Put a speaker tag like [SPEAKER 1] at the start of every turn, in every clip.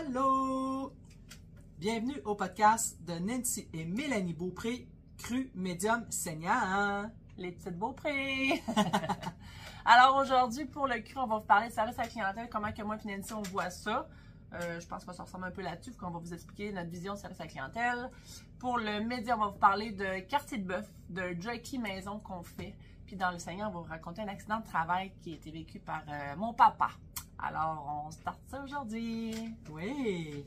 [SPEAKER 1] Allô! Bienvenue au podcast de Nancy et Mélanie Beaupré, cru médium saignant.
[SPEAKER 2] les petites Beaupré. Alors aujourd'hui, pour le cru, on va vous parler de service à la clientèle, comment que moi et Nancy, on voit ça. Euh, je pense qu'on se ressemble un peu là-dessus, qu'on va vous expliquer notre vision de service à la clientèle. Pour le média, on va vous parler de quartier de bœuf, de jockey maison qu'on fait. Puis dans le Seigneur, on va vous raconter un accident de travail qui a été vécu par euh, mon papa. Alors, on start ça aujourd'hui.
[SPEAKER 1] Oui!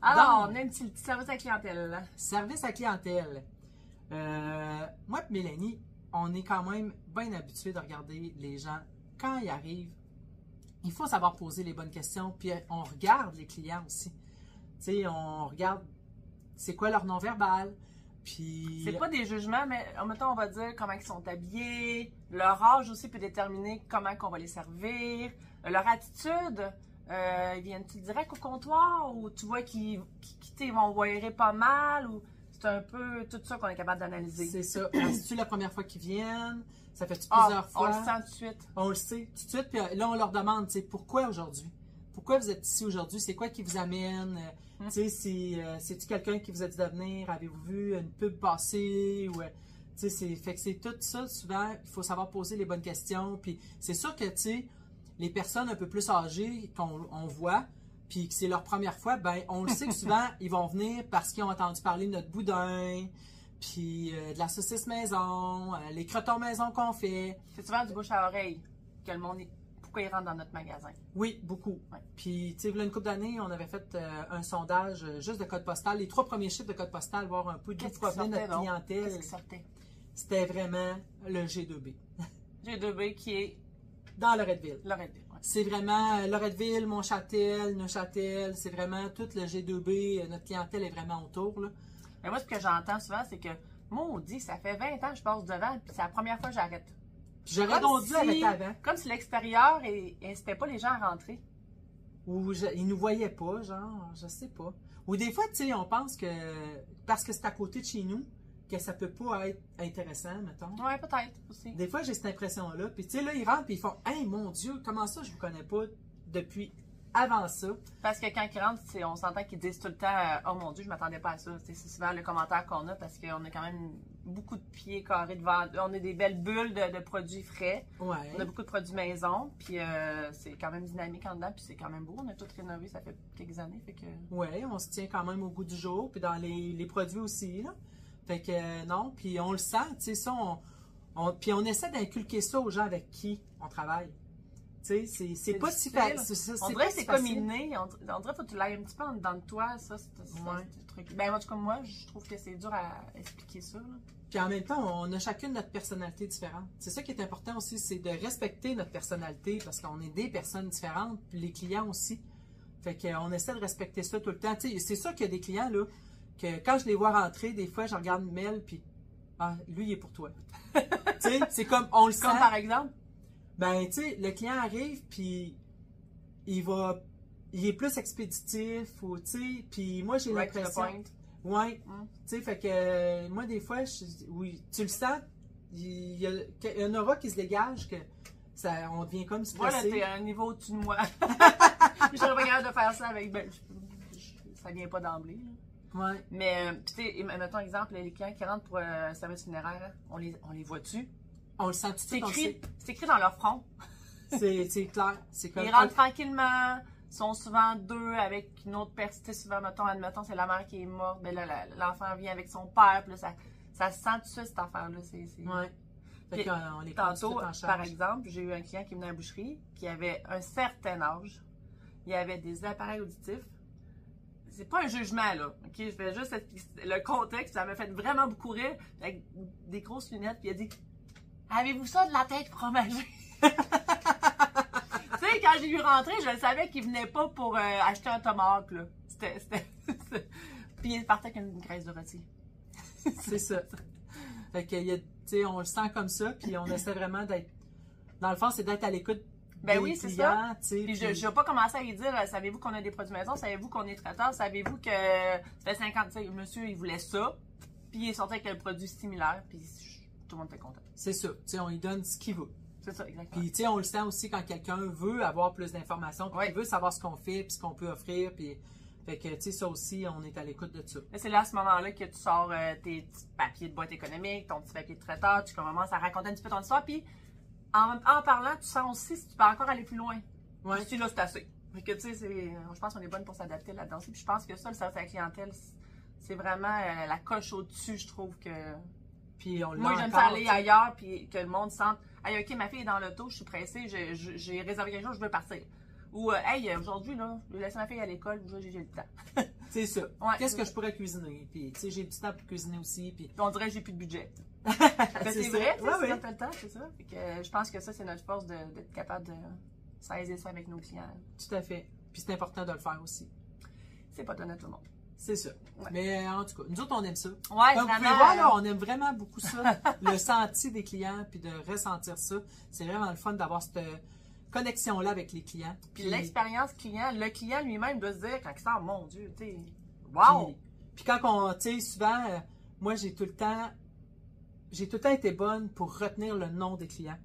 [SPEAKER 2] Alors,
[SPEAKER 1] Donc-
[SPEAKER 2] Nancy, le petit service à la clientèle.
[SPEAKER 1] Service à clientèle. Euh, moi et Mélanie, on est quand même bien habitués de regarder les gens quand ils arrivent. Il faut savoir poser les bonnes questions, puis euh, on regarde les clients aussi. Tu sais, on regarde c'est quoi leur non-verbal, puis...
[SPEAKER 2] C'est pas des jugements, mais en même temps, on va dire comment ils sont habillés, leur âge aussi peut déterminer comment qu'on va les servir, Euh, leur attitude. Euh, ils viennent-tu direct au comptoir ou tu vois qu'ils qu'ils- qu'ils, tu sais, vont voyager pas mal ou c'est un peu tout ça qu'on est capable d'analyser.
[SPEAKER 1] C'est ça. C'est-tu la première fois qu'ils viennent? Ça fait
[SPEAKER 2] Ah,
[SPEAKER 1] plusieurs
[SPEAKER 2] on
[SPEAKER 1] fois?
[SPEAKER 2] le sent tout de suite.
[SPEAKER 1] On le sait tout de suite. Puis euh, là, on leur demande, tu sais, pourquoi aujourd'hui? Pourquoi vous êtes ici aujourd'hui? C'est quoi qui vous amène? Euh,
[SPEAKER 2] Mm.
[SPEAKER 1] Tu sais, si, euh, c'est-tu quelqu'un qui vous a dit de venir? Avez-vous vu une pub passer? Ou, euh, tu sais, c'est, fait que c'est tout ça, souvent, il faut savoir poser les bonnes questions. Puis c'est sûr que, tu sais, les personnes un peu plus âgées qu'on on voit, puis que c'est leur première fois, ben on le sait que souvent, ils vont venir parce qu'ils ont entendu parler de notre boudin, puis euh, de la saucisse maison, euh, les crotons maison qu'on fait.
[SPEAKER 2] C'est souvent du bouche à oreille que le monde est. Pourquoi ils rentrent dans notre magasin?
[SPEAKER 1] Oui, beaucoup.
[SPEAKER 2] Ouais.
[SPEAKER 1] Puis, tu sais, voilà une couple d'années, on avait fait euh, un sondage euh, juste de code postal, les trois premiers chiffres de code postal, voir un peu d'où
[SPEAKER 2] Qu'est-ce qui
[SPEAKER 1] provenait
[SPEAKER 2] sortait,
[SPEAKER 1] notre
[SPEAKER 2] donc? Qu'est-ce
[SPEAKER 1] clientèle.
[SPEAKER 2] qui sortait?
[SPEAKER 1] C'était vraiment le G2B,
[SPEAKER 2] G2B qui est
[SPEAKER 1] dans Loretteville.
[SPEAKER 2] Loretteville. ouais.
[SPEAKER 1] C'est vraiment euh, Loretteville, Montchâtel, Neuchâtel, c'est vraiment tout le G2B. euh, Notre clientèle est vraiment autour, là.
[SPEAKER 2] Mais moi, ce que j'entends souvent, c'est que, maudit, ça fait 20 ans que je passe devant, puis c'est la première fois que j'arrête.
[SPEAKER 1] Puis j'aurais donc dû
[SPEAKER 2] si-
[SPEAKER 1] arrêter avant,
[SPEAKER 2] Comme si l'extérieur et- incitait pas les gens à rentrer.
[SPEAKER 1] ou je- ils nous voyaient pas, genre, je sais pas. Ou des fois, tu sais, on pense que, parce que c'est à côté de chez nous, que ça peut pas être intéressant, mettons.
[SPEAKER 2] Ouais, peut-être aussi.
[SPEAKER 1] Des fois, j'ai cette impression-là. Puis, tu sais, là, ils rentrent puis ils font Hey, mon Dieu, comment ça, je vous connais pas depuis avant ça.
[SPEAKER 2] Parce que quand ils rentrent, c'est- on s'entend qu'ils disent tout le temps euh, Oh mon Dieu, je m'attendais pas à ça. C'est c'est souvent le commentaire qu'on a parce qu'on a quand même beaucoup de pieds carrés devant. On a des belles bulles de, de produits frais.
[SPEAKER 1] Ouais.
[SPEAKER 2] On a beaucoup de produits maison. Puis euh, c'est quand même dynamique en dedans. Puis c'est quand même beau. On a tout rénové, ça fait quelques années. Fait que.
[SPEAKER 1] Ouais, on se tient quand même au goût du jour. Puis, dans les, les produits aussi, là. Fait que, euh, non. Puis, on le sent, tu sais, ça, on, on- Puis, on essaie d'inculquer ça aux gens avec qui on travaille. Tu sais, c'est- c'est
[SPEAKER 2] C'est
[SPEAKER 1] pas si
[SPEAKER 2] difficile.
[SPEAKER 1] facile.
[SPEAKER 2] On dirait que c'est comme inné. On, dir- on dirait qu'il faut que tu l'ailles un petit peu en dedans de toi, ça, c'est c'est-
[SPEAKER 1] Ouais.
[SPEAKER 2] c'est le truc. Ben, en tout cas, moi, je trouve que c'est dur à expliquer ça. là.
[SPEAKER 1] Puis en même temps, on a chacune notre personnalité différente. C'est ça qui est important aussi, c'est de respecter notre personnalité parce qu'on est des personnes différentes, puis les clients aussi. Fait qu'on essaie de respecter ça tout le temps. Tu sais, c'est sûr qu'il y a des clients, là, que quand je les vois rentrer, des fois, je regarde Mel, puis ah, lui, il est pour toi. tu sais, c'est comme, on le sent.
[SPEAKER 2] Comme par exemple,
[SPEAKER 1] Ben, tu sais, le client arrive, puis il va. Il est plus expéditif, ou tu sais. Puis moi, j'ai
[SPEAKER 2] Right to the
[SPEAKER 1] l'impression.
[SPEAKER 2] Point.
[SPEAKER 1] Ouais.
[SPEAKER 2] Mm.
[SPEAKER 1] Tu sais, fait que euh, moi, des fois, je- oui, tu le sens, il y a que- un aura qui se dégage que ça, on devient comme
[SPEAKER 2] Voilà,
[SPEAKER 1] stressé.
[SPEAKER 2] t'es à un niveau au-dessus de moi. Je serais pas capable de faire ça avec. Ben, je- je- ça vient pas d'emblée. là.
[SPEAKER 1] ouais.
[SPEAKER 2] Mais, euh, pis tu sais, et mettons exemple, les clients qui rentrent pour euh, un service funéraire, hein, on les, on les voit-tu?
[SPEAKER 1] On le sent tout de
[SPEAKER 2] C'est
[SPEAKER 1] suite, on le
[SPEAKER 2] écrit, c'est écrit dans leur front.
[SPEAKER 1] sait. C'est c'est clair. C'est comme.
[SPEAKER 2] Ils rentrent tranquillement, sont souvent deux avec une autre personne. Tu sais, Souvent, mettons, admettons, c'est la mère qui est morte, mais là, la- l'enfant vient avec son père, puis là, ça, ça se sent tout de suite, cette affaire-là. C'est, c'est-
[SPEAKER 1] Ouais. Fait
[SPEAKER 2] Puis,
[SPEAKER 1] qu'on on les prend tout de
[SPEAKER 2] Tantôt,
[SPEAKER 1] suite en
[SPEAKER 2] par
[SPEAKER 1] charge.
[SPEAKER 2] exemple, j'ai eu un client qui venait à la boucherie, qui avait un certain âge. Il avait des appareils auditifs. C'est pas un jugement, là. OK? Je fais juste expliquer le contexte. Ça m'a fait vraiment beaucoup rire. Avec des grosses lunettes, puis il a dit Avez-vous ça de la tête fromagée? tu sais, quand j'ai vu rentrer, je le savais qu'il venait pas pour euh, acheter un tomate, là. C'était. c'était- puis il partait avec une graisse de rôti.
[SPEAKER 1] C'est ça. Fait que, il y a- tu sais, on le sent comme ça, puis on essaie vraiment d'être. Dans le fond, c'est d'être à l'écoute. des
[SPEAKER 2] Ben oui, c'est ça.
[SPEAKER 1] clients, tu sais,
[SPEAKER 2] Puis je
[SPEAKER 1] puis-
[SPEAKER 2] n'ai pas commencé à lui dire, euh, savez-vous qu'on a des produits maison, savez-vous qu'on est traiteur, savez-vous que ça fait 50, tu sais, monsieur, il voulait ça, puis il est sorti avec un produit similaire, puis je- tout le monde était content.
[SPEAKER 1] C'est ça. Tu sais, on lui donne ce qu'il veut.
[SPEAKER 2] C'est ça, exactement.
[SPEAKER 1] Puis, tu sais, on le sent aussi quand quelqu'un veut avoir plus d'informations, puis
[SPEAKER 2] Ouais.
[SPEAKER 1] il veut savoir ce qu'on fait, puis ce qu'on peut offrir, puis. Fait que, tu sais, ça aussi, on est à l'écoute de ça.
[SPEAKER 2] Là, c'est là, à ce moment-là, que tu sors euh, tes petits papiers de boîte économique, ton petit papier de traiteur, tu commences à raconter un petit peu ton histoire, puis en, en parlant, tu sens aussi si tu peux encore aller plus loin.
[SPEAKER 1] Ouais.
[SPEAKER 2] Puis tu là, c'est assez. Fait que, tu sais, c'est- je pense qu'on est bonne pour s'adapter là-dedans aussi. Puis je pense que ça, le service à la clientèle, c'est- c'est vraiment euh, la coche au-dessus, je trouve que...
[SPEAKER 1] Puis, on l'a
[SPEAKER 2] Moi, j'aime
[SPEAKER 1] encore,
[SPEAKER 2] ça aller
[SPEAKER 1] tu sais.
[SPEAKER 2] ailleurs, puis que le monde sente « Hey, OK, ma fille est dans l'auto, je suis pressée, j'ai- j'ai j'ai réservé quelque chose, je veux partir. » Ou euh, Hey, aujourd'hui, là, je vais laisser ma fille à l'école, j'ai j'ai le temps. »
[SPEAKER 1] C'est ça.
[SPEAKER 2] Ouais.
[SPEAKER 1] Qu'est-ce que je pourrais cuisiner? Puis, tu sais, j'ai du temps pour cuisiner aussi. Puis,
[SPEAKER 2] Puis on dirait j'ai plus de budget. Mais
[SPEAKER 1] C'est
[SPEAKER 2] c'est
[SPEAKER 1] ça.
[SPEAKER 2] vrai, tu sais,
[SPEAKER 1] Ouais,
[SPEAKER 2] c'est
[SPEAKER 1] ouais.
[SPEAKER 2] quand t'as le temps, c'est ça. Fait que, euh, je pense que ça, c'est notre force de- d'être capable de saisir ça avec nos clients.
[SPEAKER 1] tout à fait. Puis, c'est important de le faire aussi.
[SPEAKER 2] C'est pas donné à tout le monde.
[SPEAKER 1] C'est ça.
[SPEAKER 2] Ouais. hein?
[SPEAKER 1] Mais, euh, en tout cas, nous autres, on aime ça.
[SPEAKER 2] Ouais, euh,
[SPEAKER 1] Comme vous pouvez voir, là, on aime vraiment beaucoup ça, le senti des clients, puis de ressentir ça. C'est vraiment le fun d'avoir cette connexion-là avec les clients.
[SPEAKER 2] Puis l'expérience client, le client lui-même doit se dire quand il sort, mon Dieu, tu sais, wow!
[SPEAKER 1] Puis, puis quand on, tu sais, souvent, euh, moi, j'ai tout le temps, j'ai tout le temps été bonne pour retenir le nom des clients.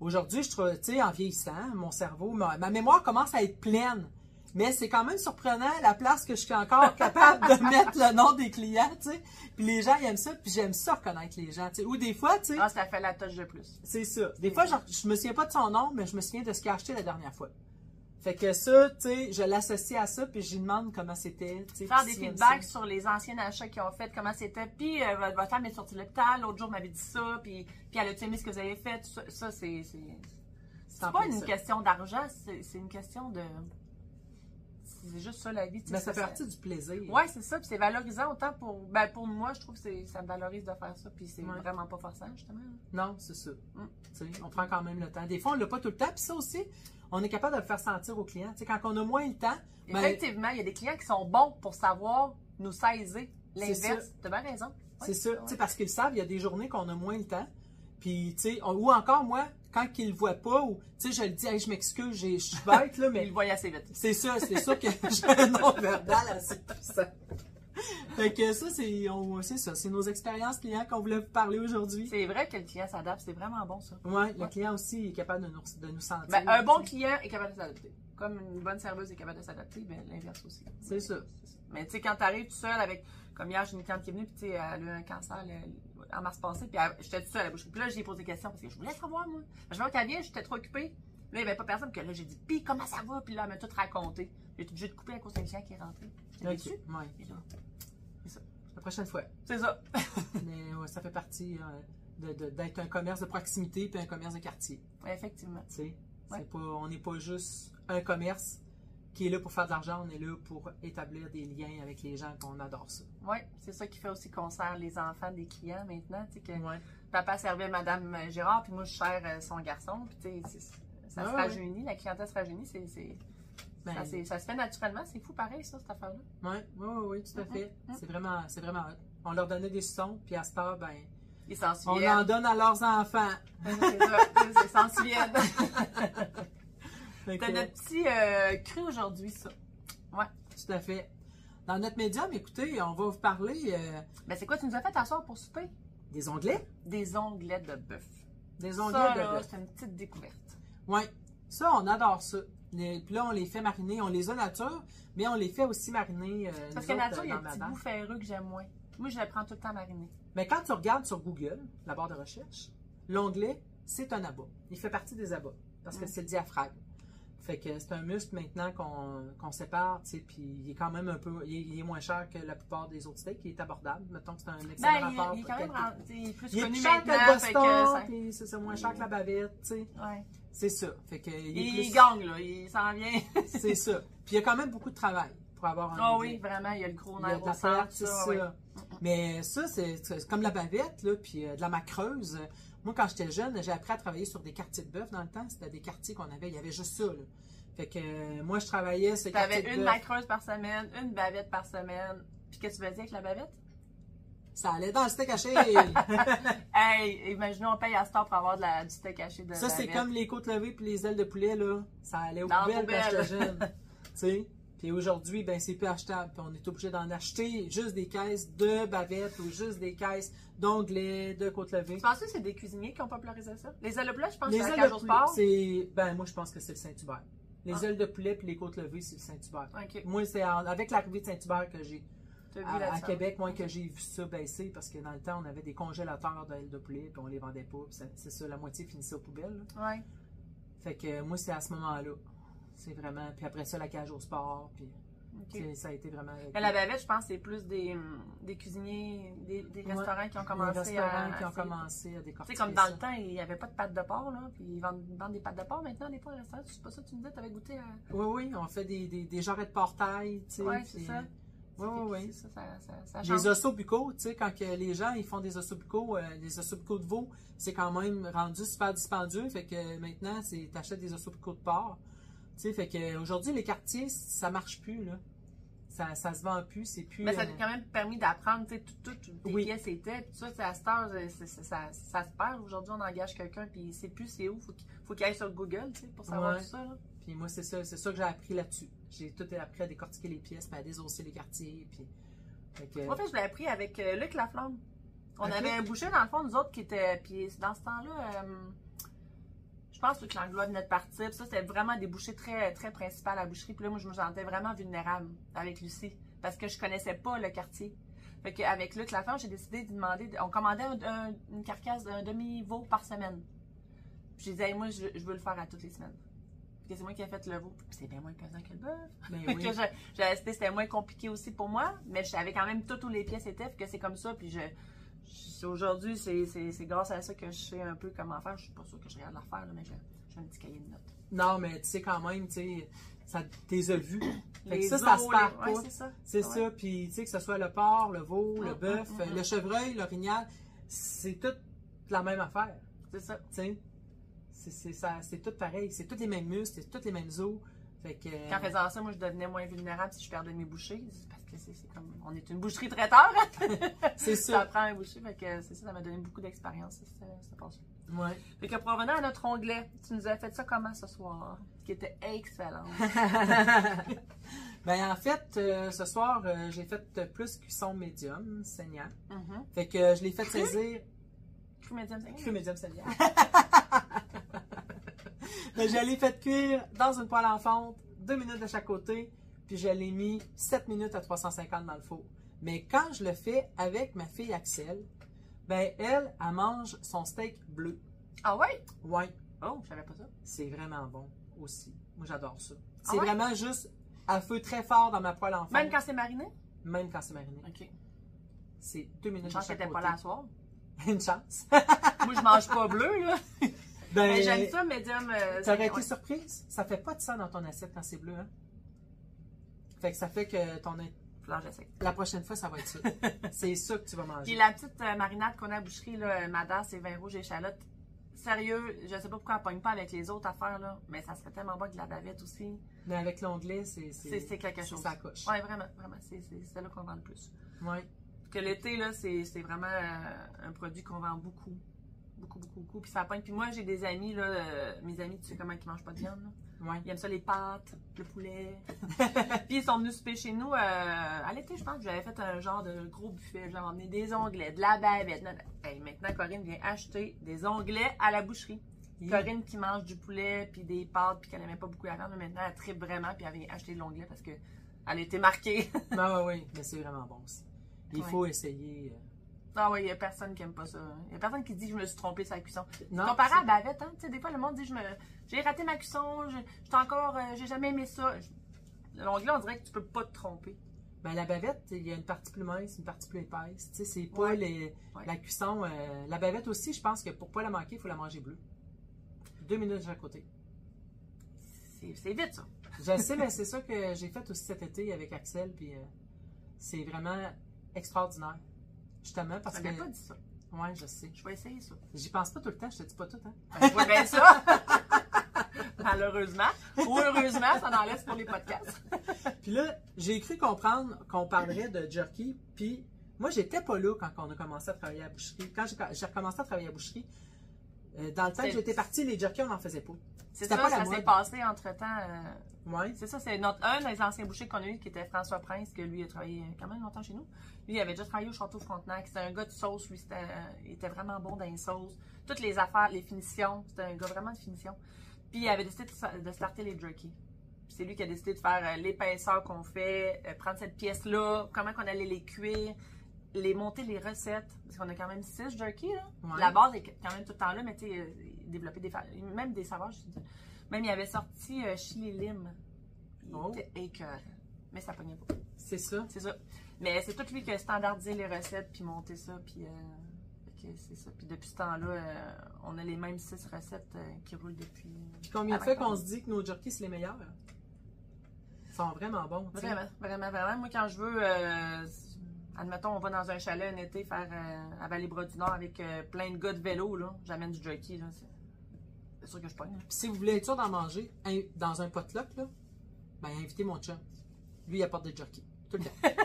[SPEAKER 1] Aujourd'hui, je trouve, tu sais, en vieillissant, mon cerveau, ma, ma mémoire commence à être pleine. Mais c'est quand même surprenant la place que je suis encore capable de mettre le nom des clients, tu sais. Puis les gens, ils aiment ça, puis j'aime ça reconnaître les gens, tu sais. Ou des fois, tu sais,
[SPEAKER 2] Ah, ça fait la touche de plus.
[SPEAKER 1] c'est ça. Des fois, genre, je me souviens pas de son nom, mais je me souviens de ce qu'il a acheté la dernière fois. Fait que ça, tu sais, je l'associe à ça, puis je lui demande comment c'était, tu sais.
[SPEAKER 2] Faire
[SPEAKER 1] puis
[SPEAKER 2] des
[SPEAKER 1] s'il aime
[SPEAKER 2] feedbacks
[SPEAKER 1] ça.
[SPEAKER 2] sur les anciens achats qu'ils ont fait, comment c'était. Puis, euh, votre votre femme est sortie de l'hôpital, l'autre jour m'avait dit ça, puis, puis elle a aimé ce que vous avez fait. tout Ça, ça, c'est. c'est-
[SPEAKER 1] en
[SPEAKER 2] C'est pas
[SPEAKER 1] plein
[SPEAKER 2] une
[SPEAKER 1] ça.
[SPEAKER 2] question d'argent, c'est c'est une question de. C'est juste ça la vie. tu sais,
[SPEAKER 1] Mais Ben, ça fait
[SPEAKER 2] ça-
[SPEAKER 1] partie du plaisir.
[SPEAKER 2] Ouais, c'est ça, puis c'est valorisant autant pour. Ben, pour moi, je trouve que c'est- ça me valorise de faire ça, puis c'est
[SPEAKER 1] Ouais.
[SPEAKER 2] vraiment pas forçant, justement.
[SPEAKER 1] Non, c'est ça. Tu sais, on prend quand même le temps. Des fois, on l'a pas tout le temps, puis ça aussi, on est capable de le faire sentir au client. Tu sais, quand on a moins le temps, Ben-
[SPEAKER 2] Effectivement, il y a des clients qui sont bons pour savoir nous saisir.
[SPEAKER 1] C'est
[SPEAKER 2] L'inverse, t'as bien raison. Ouais,
[SPEAKER 1] c'est ça.
[SPEAKER 2] ouais.
[SPEAKER 1] Tu sais, parce qu'ils le savent, il y a des journées qu'on a moins le temps. Puis, tu sais, on- ou encore, moi, quand ils le voient pas, ou, tu sais, je le dis, Hey, je m'excuse, j'ai- je suis bête, là,
[SPEAKER 2] Ils
[SPEAKER 1] mais
[SPEAKER 2] le voient assez vite.
[SPEAKER 1] C'est ça, c'est ça que j'ai un nom verbal assez puissant. Fait que ça, c'est on- c'est ça, c'est nos expériences clients qu'on voulait vous parler aujourd'hui.
[SPEAKER 2] C'est vrai que le client s'adapte, c'est vraiment bon, ça.
[SPEAKER 1] Ouais, le
[SPEAKER 2] Ouais.
[SPEAKER 1] client aussi est capable de nous, de nous sentir.
[SPEAKER 2] Ben, un bon client est capable de s'adapter. Comme une bonne serveuse est capable de s'adapter, ben, l'inverse aussi.
[SPEAKER 1] C'est ça.
[SPEAKER 2] Mais tu sais, quand t'arrives tout seul avec. Comme hier, j'ai une cliente qui est venue, puis tu sais, elle a eu un cancer le- en mars passé, puis elle- j'étais toute seule à la bouche. Puis là, j'ai posé des questions parce que je voulais savoir, moi. Je vois qu'elle vient, j'étais trop occupée. Là, il n'y avait pas personne, que là, j'ai dit, puis comment ça va? Puis là, elle m'a tout raconté. J'ai été obligée de couper à cause d'un client qui est rentré. J'étais
[SPEAKER 1] Ok,
[SPEAKER 2] déçue.
[SPEAKER 1] ouais.
[SPEAKER 2] Mais là,
[SPEAKER 1] La prochaine fois.
[SPEAKER 2] C'est ça.
[SPEAKER 1] Mais ouais, ça fait partie euh, de- de- d'être un commerce de proximité puis un commerce de quartier.
[SPEAKER 2] Effectivement.
[SPEAKER 1] tu sais. C'est
[SPEAKER 2] Ouais.
[SPEAKER 1] pas- on n'est pas juste un commerce qui est là pour faire de l'argent, on est là pour établir des liens avec les gens, puis on adore ça.
[SPEAKER 2] Oui, c'est ça qui fait aussi qu'on sert les enfants des clients maintenant. Tu sais, que
[SPEAKER 1] Ouais.
[SPEAKER 2] papa servait Madame euh, Gérard, puis moi, je sers euh, son garçon. Puis tu sais, c'est-
[SPEAKER 1] Ah
[SPEAKER 2] ça
[SPEAKER 1] Ouais,
[SPEAKER 2] se
[SPEAKER 1] ouais.
[SPEAKER 2] rajeunit, la clientèle se rajeunit. c'est- c'est-
[SPEAKER 1] Ben,
[SPEAKER 2] ça, c'est- ça se fait naturellement. C'est fou pareil, ça, cette affaire-là.
[SPEAKER 1] Oui, oui, oui, tout à
[SPEAKER 2] Mhm.
[SPEAKER 1] fait.
[SPEAKER 2] Mhm.
[SPEAKER 1] C'est vraiment, c'est vraiment hot. On leur donnait des sons, puis à cette heure, ben,
[SPEAKER 2] Ils s'en
[SPEAKER 1] on
[SPEAKER 2] souviennent.
[SPEAKER 1] en donne à leurs enfants.
[SPEAKER 2] C'est ça, ils s'en souviennent.
[SPEAKER 1] Fait que,
[SPEAKER 2] C'était notre petit euh, cru aujourd'hui, ça.
[SPEAKER 1] tout à fait. Dans notre médium, écoutez, on va vous parler euh,
[SPEAKER 2] Ben, c'est quoi, tu nous as fait asseoir pour souper?
[SPEAKER 1] des onglets.
[SPEAKER 2] Des onglets de bœuf.
[SPEAKER 1] Des
[SPEAKER 2] Ça,
[SPEAKER 1] onglets de
[SPEAKER 2] là,
[SPEAKER 1] bœuf.
[SPEAKER 2] c'est une petite découverte.
[SPEAKER 1] Oui, ça, on adore ça. Les- Puis là, on les fait mariner. On les a nature, mais on les fait aussi mariner. euh,
[SPEAKER 2] Parce que
[SPEAKER 1] nous autres,
[SPEAKER 2] nature,
[SPEAKER 1] euh,
[SPEAKER 2] il y a
[SPEAKER 1] dans
[SPEAKER 2] un petit
[SPEAKER 1] ma
[SPEAKER 2] goût
[SPEAKER 1] barre.
[SPEAKER 2] ferreux que j'aime moins. Moi, je le prends tout le temps mariné.
[SPEAKER 1] Mais quand tu regardes sur Google, la barre de recherche, l'onglet, c'est un abat. Il fait partie des abats parce que
[SPEAKER 2] Mm.
[SPEAKER 1] c'est le diaphragme. Fait que c'est un muscle maintenant qu'on qu'on sépare, tu sais, puis il est quand même un peu, il est, il est moins cher que la plupart des autres steaks, il est abordable. Mettons que c'est un excellent
[SPEAKER 2] Ben, il,
[SPEAKER 1] rapport.
[SPEAKER 2] il est quand même
[SPEAKER 1] qualité.
[SPEAKER 2] en- il est plus
[SPEAKER 1] il est
[SPEAKER 2] connu
[SPEAKER 1] plus cher que
[SPEAKER 2] maintenant.
[SPEAKER 1] le
[SPEAKER 2] fait
[SPEAKER 1] Boston,
[SPEAKER 2] que
[SPEAKER 1] puis c'est ça, moins cher que la bavette, tu sais.
[SPEAKER 2] ça- ouais.
[SPEAKER 1] C'est ça. Fait que il
[SPEAKER 2] Il,
[SPEAKER 1] est plus-
[SPEAKER 2] gagne, là. Il s'en vient.
[SPEAKER 1] c'est ça. Puis il y a quand même beaucoup de travail pour avoir un
[SPEAKER 2] Ah
[SPEAKER 1] onglet.
[SPEAKER 2] oui, vraiment, il y a le gros
[SPEAKER 1] Il y a
[SPEAKER 2] nerf
[SPEAKER 1] de
[SPEAKER 2] au
[SPEAKER 1] la
[SPEAKER 2] centre,
[SPEAKER 1] perte, c'est
[SPEAKER 2] ça.
[SPEAKER 1] ça.
[SPEAKER 2] ouais.
[SPEAKER 1] Mais ça, c'est c'est comme la bavette, là, puis euh, de la macreuse. Moi, quand j'étais jeune, j'ai appris à travailler sur des quartiers de bœuf dans le temps. C'était des quartiers qu'on avait. Il y avait juste ça, là. Fait que euh, moi, je travaillais ce quartier
[SPEAKER 2] T'avais
[SPEAKER 1] de
[SPEAKER 2] une
[SPEAKER 1] bœuf.
[SPEAKER 2] macreuse par semaine, une bavette par semaine. Puis qu'est-ce que tu faisais avec la bavette?
[SPEAKER 1] Ça allait dans le steak haché.
[SPEAKER 2] Hey, imaginons, on paye à Star pour avoir de la, du steak haché de
[SPEAKER 1] ça, c'est
[SPEAKER 2] bavette.
[SPEAKER 1] comme les côtes levées puis les ailes de poulet, là. Ça allait aux
[SPEAKER 2] Dans la
[SPEAKER 1] poubelles quand
[SPEAKER 2] poubelle.
[SPEAKER 1] j'étais jeune. tu sais? Puis aujourd'hui, ben c'est plus achetable. Puis on est obligé d'en acheter juste des caisses de bavettes ou juste des caisses d'onglets, de côte levée.
[SPEAKER 2] Tu penses que c'est des cuisiniers qui ont popularisé ça? Les ailes de poulet, je pense que
[SPEAKER 1] Les
[SPEAKER 2] c'est la
[SPEAKER 1] ailes
[SPEAKER 2] cage
[SPEAKER 1] de
[SPEAKER 2] au
[SPEAKER 1] poulet,
[SPEAKER 2] sport.
[SPEAKER 1] c'est ben moi je pense que c'est le Saint-Hubert. Les
[SPEAKER 2] Ah.
[SPEAKER 1] ailes de poulet puis les côtes levées, c'est le Saint-Hubert.
[SPEAKER 2] Ok,
[SPEAKER 1] Moi, c'est en- avec l'arrivée de Saint-Hubert que j'ai
[SPEAKER 2] t'as vu
[SPEAKER 1] à, à
[SPEAKER 2] la différence.
[SPEAKER 1] Québec, moi que j'ai vu ça baisser parce que dans le temps, on avait des congélateurs d'ailes de poulet puis on les vendait pas. puis ça- C'est ça, la moitié finissait aux poubelles. là.
[SPEAKER 2] Ouais.
[SPEAKER 1] Fait que euh, moi, c'est à ce moment-là. C'est vraiment. Puis après ça, la cage au sport. Puis
[SPEAKER 2] ok.
[SPEAKER 1] c'est- ça a été vraiment.
[SPEAKER 2] Mais la bavette, je pense que c'est plus des, hum, des cuisiniers, des, des
[SPEAKER 1] Ouais.
[SPEAKER 2] restaurants qui ont
[SPEAKER 1] les
[SPEAKER 2] commencé
[SPEAKER 1] restaurants
[SPEAKER 2] à.
[SPEAKER 1] qui ont
[SPEAKER 2] essayer.
[SPEAKER 1] commencé à
[SPEAKER 2] Tu
[SPEAKER 1] décortiquer.
[SPEAKER 2] sais, comme dans
[SPEAKER 1] ça.
[SPEAKER 2] le temps, il n'y avait pas de pâtes de porc, là. Puis ils vendent, vendent des pâtes de porc maintenant, des fois, au restaurant. C'est pas ça que tu me disais, t'avais goûté euh, à.
[SPEAKER 1] Oui, oui, on fait des, des, des jarrets de portail. tu sais,
[SPEAKER 2] Ouais, c'est
[SPEAKER 1] puis-
[SPEAKER 2] ça.
[SPEAKER 1] Oui, oui, oui.
[SPEAKER 2] Ça, ça, ça, ça change.
[SPEAKER 1] Les ossobucos, tu sais, quand que les gens ils font des ossobucos, euh, les ossobucos de veau, c'est quand même rendu super dispendieux. Fait que euh, maintenant, c'est t'achètes des ossobucos de porc. Tu sais, fait que euh, aujourd'hui, les quartiers, ça marche plus, là. Ça, ça se vend plus, c'est plus.
[SPEAKER 2] Mais ça
[SPEAKER 1] euh,
[SPEAKER 2] t'a quand même permis d'apprendre, tu sais, tout, tout, toutes tes
[SPEAKER 1] Oui.
[SPEAKER 2] pièces étaient, puis ça, tu sais, à cette heure, c'est- c'est- c'est- ça, ça se perd. Aujourd'hui, on engage quelqu'un, puis c'est plus c'est où, faut qu'il faut qu'il aille sur Google, tu sais, pour savoir
[SPEAKER 1] Ouais.
[SPEAKER 2] tout ça, là.
[SPEAKER 1] Puis moi, c'est ça, c'est ça que j'ai appris là-dessus. J'ai tout appris à décortiquer les pièces, puis à désosser les quartiers, puis. Fait que,
[SPEAKER 2] Moi, en fait, je l'ai appris avec euh, Luc Laflamme. On
[SPEAKER 1] Ok.
[SPEAKER 2] avait un boucher, dans le fond, nous autres, qui était. Puis dans ce temps-là, euh, je pense que Luc Langlois venait de partir. Puis ça, c'était vraiment des bouchers très, très principaux à la boucherie. Puis là, moi, je me sentais vraiment vulnérable avec Lucie. Parce que je connaissais pas le quartier. Fait qu'avec Luc Laflamme, j'ai décidé de demander. On commandait un- un- une carcasse d'un demi-veau par semaine. Puis j'ai dit, Hey, moi, je, je veux le faire à toutes les semaines. Puis c'est moi qui ai fait le veau. Puis c'est bien moins pesant que le bœuf.
[SPEAKER 1] ben
[SPEAKER 2] Fait
[SPEAKER 1] oui.
[SPEAKER 2] que je- j'ai assisté, c'était moins compliqué aussi pour moi, mais je savais quand même tout où les pièces étaient, puis que c'est comme ça, puis je. je- Aujourd'hui, c'est- c'est c'est grâce à ça que je sais un peu comment faire. Je suis pas sûre que je regarde l'affaire, là, mais je- j'ai un petit cahier de notes.
[SPEAKER 1] Non, mais tu sais, quand même, tu sais, ça t'es a vus. Fait que ça,
[SPEAKER 2] os,
[SPEAKER 1] ça se
[SPEAKER 2] les-
[SPEAKER 1] perd
[SPEAKER 2] ouais,
[SPEAKER 1] pas.
[SPEAKER 2] c'est ça.
[SPEAKER 1] C'est
[SPEAKER 2] Ouais.
[SPEAKER 1] ça, puis tu sais, que ce soit le porc, le veau, le
[SPEAKER 2] Mm,
[SPEAKER 1] bœuf,
[SPEAKER 2] mm,
[SPEAKER 1] euh,
[SPEAKER 2] mm,
[SPEAKER 1] le chevreuil, l'orignal, c'est toute la même affaire,
[SPEAKER 2] C'est ça.
[SPEAKER 1] tu sais. C'est- C'est ça- c'est tout pareil, c'est tous les mêmes muscles, c'est tous les mêmes os. Fait que, euh,
[SPEAKER 2] Puis En faisant ça, moi, je devenais moins vulnérable si je perdais mes bouchées. C'est Parce que c'est c'est comme. On est une boucherie traiteur.
[SPEAKER 1] c'est
[SPEAKER 2] ça
[SPEAKER 1] ça.
[SPEAKER 2] prend un boucher. Fait que c'est ça, ça m'a donné beaucoup d'expérience. c'est ça, ça passe.
[SPEAKER 1] Ouais.
[SPEAKER 2] Fait que pour revenir à notre onglet, tu nous as fait ça comment ce soir? Qui était excellent.
[SPEAKER 1] ben en fait, euh, ce soir, euh, j'ai fait euh, plus cuisson médium, saignant.
[SPEAKER 2] Mhm.
[SPEAKER 1] Fait que euh, je l'ai fait saisir
[SPEAKER 2] Cru médium, c'est-
[SPEAKER 1] Cru médium saignant. Mais Ben, je l'ai fait cuire dans une poêle en fonte, deux minutes de chaque côté, puis je l'ai mis 7 minutes à 350 dans le four. Mais quand je le fais avec ma fille Axel, ben elle, elle mange son steak bleu.
[SPEAKER 2] Ah ouais?
[SPEAKER 1] Ouais,
[SPEAKER 2] Oh, je savais pas ça.
[SPEAKER 1] c'est vraiment bon aussi. Moi, j'adore ça.
[SPEAKER 2] Ah
[SPEAKER 1] C'est
[SPEAKER 2] ouais?
[SPEAKER 1] vraiment juste à feu très fort dans ma poêle en fonte,
[SPEAKER 2] Même quand c'est mariné?
[SPEAKER 1] même quand c'est mariné.
[SPEAKER 2] OK.
[SPEAKER 1] C'est deux
[SPEAKER 2] Une
[SPEAKER 1] minutes de
[SPEAKER 2] chance
[SPEAKER 1] chaque
[SPEAKER 2] qu'elle était
[SPEAKER 1] côté.
[SPEAKER 2] pas là à soir.
[SPEAKER 1] Une chance.
[SPEAKER 2] Moi, je mange pas bleu, là.
[SPEAKER 1] Ben,
[SPEAKER 2] Mais j'aime ça, médium. euh,
[SPEAKER 1] T'aurais été
[SPEAKER 2] ouais.
[SPEAKER 1] surprise? Ça fait pas de sang dans ton assiette quand c'est bleu, hein? Fait que ça fait que ton...
[SPEAKER 2] Flange à sec.
[SPEAKER 1] la prochaine fois, ça va être ça. c'est ça que tu vas manger.
[SPEAKER 2] Puis la petite euh, marinade qu'on a à boucherie, là, euh, madame, c'est vin rouge et échalote. Sérieux, je sais pas pourquoi elle pogne pas avec les autres affaires, là. Mais ça serait tellement bon que la bavette aussi.
[SPEAKER 1] Mais avec l'onglet, c'est.
[SPEAKER 2] C'est c'est quelque
[SPEAKER 1] c'est
[SPEAKER 2] chose.
[SPEAKER 1] sa coche.
[SPEAKER 2] Ouais, vraiment, vraiment. C'est c'est- c'est là qu'on vend le plus.
[SPEAKER 1] Ouais.
[SPEAKER 2] que l'été, là, c'est c'est vraiment euh, un produit qu'on vend beaucoup. Beaucoup, beaucoup, beaucoup. Puis ça pogne. Puis moi, j'ai des amis, là, euh, mes amis, tu sais comment ils mangent pas de viande, là.
[SPEAKER 1] Ouais.
[SPEAKER 2] Ils aiment ça les pâtes, le poulet. puis ils sont venus souper chez nous euh, à l'été, je pense que j'avais fait un genre de gros buffet. J'avais emmené des onglets, de la bavette. nan, nan. Hey, maintenant, Corinne vient acheter des onglets à la boucherie. Corinne qui mange du poulet, puis des pâtes, puis qu'elle aimait pas beaucoup la viande, mais maintenant, elle tripe vraiment, puis elle vient acheter de l'onglet parce que elle a été marquée.
[SPEAKER 1] Ben ouais, ouais. Mais c'est vraiment bon aussi. Il
[SPEAKER 2] Ouais.
[SPEAKER 1] faut essayer. euh,
[SPEAKER 2] ah ouais, il y a personne qui aime pas ça. Il y a personne qui dit je me suis trompée sur la cuisson.
[SPEAKER 1] euh, Non.
[SPEAKER 2] Comparé à Bavette, hein, tu sais, des fois, le monde dit je me, j'ai raté ma cuisson, je, j'étais encore, euh, j'ai jamais aimé ça. Je- L'onglet, on dirait que tu peux pas te tromper.
[SPEAKER 1] Ben la bavette, il y a une partie plus mince, une partie plus épaisse. Tu sais, c'est pas
[SPEAKER 2] Ouais.
[SPEAKER 1] les-
[SPEAKER 2] Ouais.
[SPEAKER 1] la cuisson. euh, La bavette aussi, je pense que pour pas la manquer, il faut la manger bleue. Deux minutes de chaque côté.
[SPEAKER 2] C'est, c'est vite, ça.
[SPEAKER 1] Je sais, mais c'est ça que j'ai fait aussi cet été avec Axel, puis euh, c'est vraiment extraordinaire. Justement, parce
[SPEAKER 2] Je
[SPEAKER 1] que.
[SPEAKER 2] m'avais pas dit ça.
[SPEAKER 1] Ouais, je sais.
[SPEAKER 2] Je vais essayer ça.
[SPEAKER 1] J'y pense pas tout le temps, je te dis pas tout, hein.
[SPEAKER 2] Ben, je vois bien ça. Malheureusement. Ou heureusement, ça en laisse pour les podcasts.
[SPEAKER 1] Puis là, j'ai cru comprendre qu'on parlerait de jerky, puis moi, j'étais pas là quand on a commencé à travailler à la boucherie. Quand j'ai j'ai recommencé à travailler à la boucherie, euh, dans le temps que
[SPEAKER 2] C'est-
[SPEAKER 1] j'étais partie, les jerky, on n'en faisait pas.
[SPEAKER 2] C'est
[SPEAKER 1] C'était
[SPEAKER 2] ça,
[SPEAKER 1] pas la
[SPEAKER 2] ça s'est
[SPEAKER 1] mode.
[SPEAKER 2] passé entre-temps. euh,
[SPEAKER 1] Ouais.
[SPEAKER 2] C'est ça, c'est notre, un des anciens bouchers qu'on a eu qui était François Prince, que lui a travaillé quand même longtemps chez nous. Lui, il avait déjà travaillé au Château Frontenac. C'était un gars de sauce, lui, c'était, euh, il était vraiment bon dans les sauces. Toutes les affaires, les finitions, c'était un gars vraiment de finition. Puis il avait décidé de, sa- de starter les jerky. Puis c'est lui qui a décidé de faire euh, l'épaisseur qu'on fait, euh, prendre cette pièce-là, comment qu'on allait les cuire, les monter les recettes. Parce qu'on a quand même six jerky, là.
[SPEAKER 1] Ouais.
[SPEAKER 2] La base est quand même tout le temps là, mais tu sais, euh, développer des fa- même des saveurs, je veux dire. Même il avait sorti euh, chili lime. Il
[SPEAKER 1] Oh.
[SPEAKER 2] était écœurant. Mais ça pognait pas.
[SPEAKER 1] C'est ça.
[SPEAKER 2] C'est ça. Mais c'est tout lui qui a standardisé les recettes, puis monté ça, puis. euh, fait que c'est ça. Puis depuis ce temps-là, euh, on a les mêmes six recettes euh, qui roulent depuis.
[SPEAKER 1] Puis combien de
[SPEAKER 2] Ah,
[SPEAKER 1] fois
[SPEAKER 2] d'accord.
[SPEAKER 1] qu'on se dit que nos jerky, c'est les meilleurs? Ils sont vraiment bons. tu sais.
[SPEAKER 2] Vraiment, vraiment, vraiment. Moi, quand je veux, euh, admettons, on va dans un chalet un été faire euh, à Vallée-Bras du Nord avec euh, plein de gars de vélo, là. J'amène du jockey, là. C'est- C'est sûr que je pogne.
[SPEAKER 1] Puis si vous voulez être sûr d'en manger in- dans un potluck, là, ben invitez mon chum. Lui, il apporte des jerky. Tout le temps.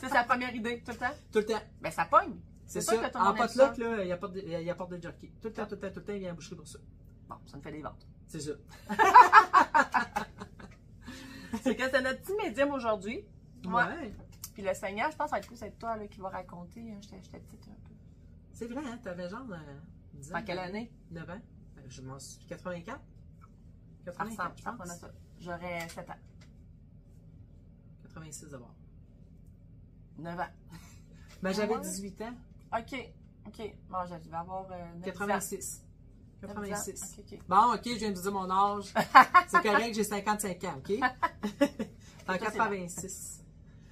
[SPEAKER 2] Ça, c'est la première idée, tout le temps.
[SPEAKER 1] Tout le temps.
[SPEAKER 2] Ben, ça pogne.
[SPEAKER 1] C'est
[SPEAKER 2] sûr
[SPEAKER 1] ça.
[SPEAKER 2] que tout le
[SPEAKER 1] En
[SPEAKER 2] monde aime ça.
[SPEAKER 1] potluck, là, il apporte, des- il apporte des jerky. Tout le temps, tout le temps, tout le temps, il vient à la boucherie pour ça.
[SPEAKER 2] Bon, ça me fait des ventes.
[SPEAKER 1] C'est ça.
[SPEAKER 2] C'est que c'est notre petit médium aujourd'hui. Moi.
[SPEAKER 1] Ouais.
[SPEAKER 2] Puis le Seigneur, je pense que ça va être plus être toi là, qui va raconter. hein. J'étais j'étais petite un peu.
[SPEAKER 1] C'est vrai, hein? T'avais genre euh, 10 ans.
[SPEAKER 2] Dans quelle année?
[SPEAKER 1] 9 ans. Ben, je m'en suis. 84?
[SPEAKER 2] Ça
[SPEAKER 1] 84,
[SPEAKER 2] ressemble,
[SPEAKER 1] je
[SPEAKER 2] Ah, je pense qu'on a
[SPEAKER 1] pense.
[SPEAKER 2] ça. J'aurais 7 ans.
[SPEAKER 1] 86 d'abord.
[SPEAKER 2] 9 ans.
[SPEAKER 1] Ben, j'avais
[SPEAKER 2] Ah Ouais.
[SPEAKER 1] 18 ans.
[SPEAKER 2] OK. OK. Bon, je vais avoir euh, 9 ans.
[SPEAKER 1] 86. 86.
[SPEAKER 2] 86. OK, OK.
[SPEAKER 1] Bon, OK, je viens de dire mon âge. C'est correct, j'ai 55 ans, OK? en
[SPEAKER 2] bon.
[SPEAKER 1] 86.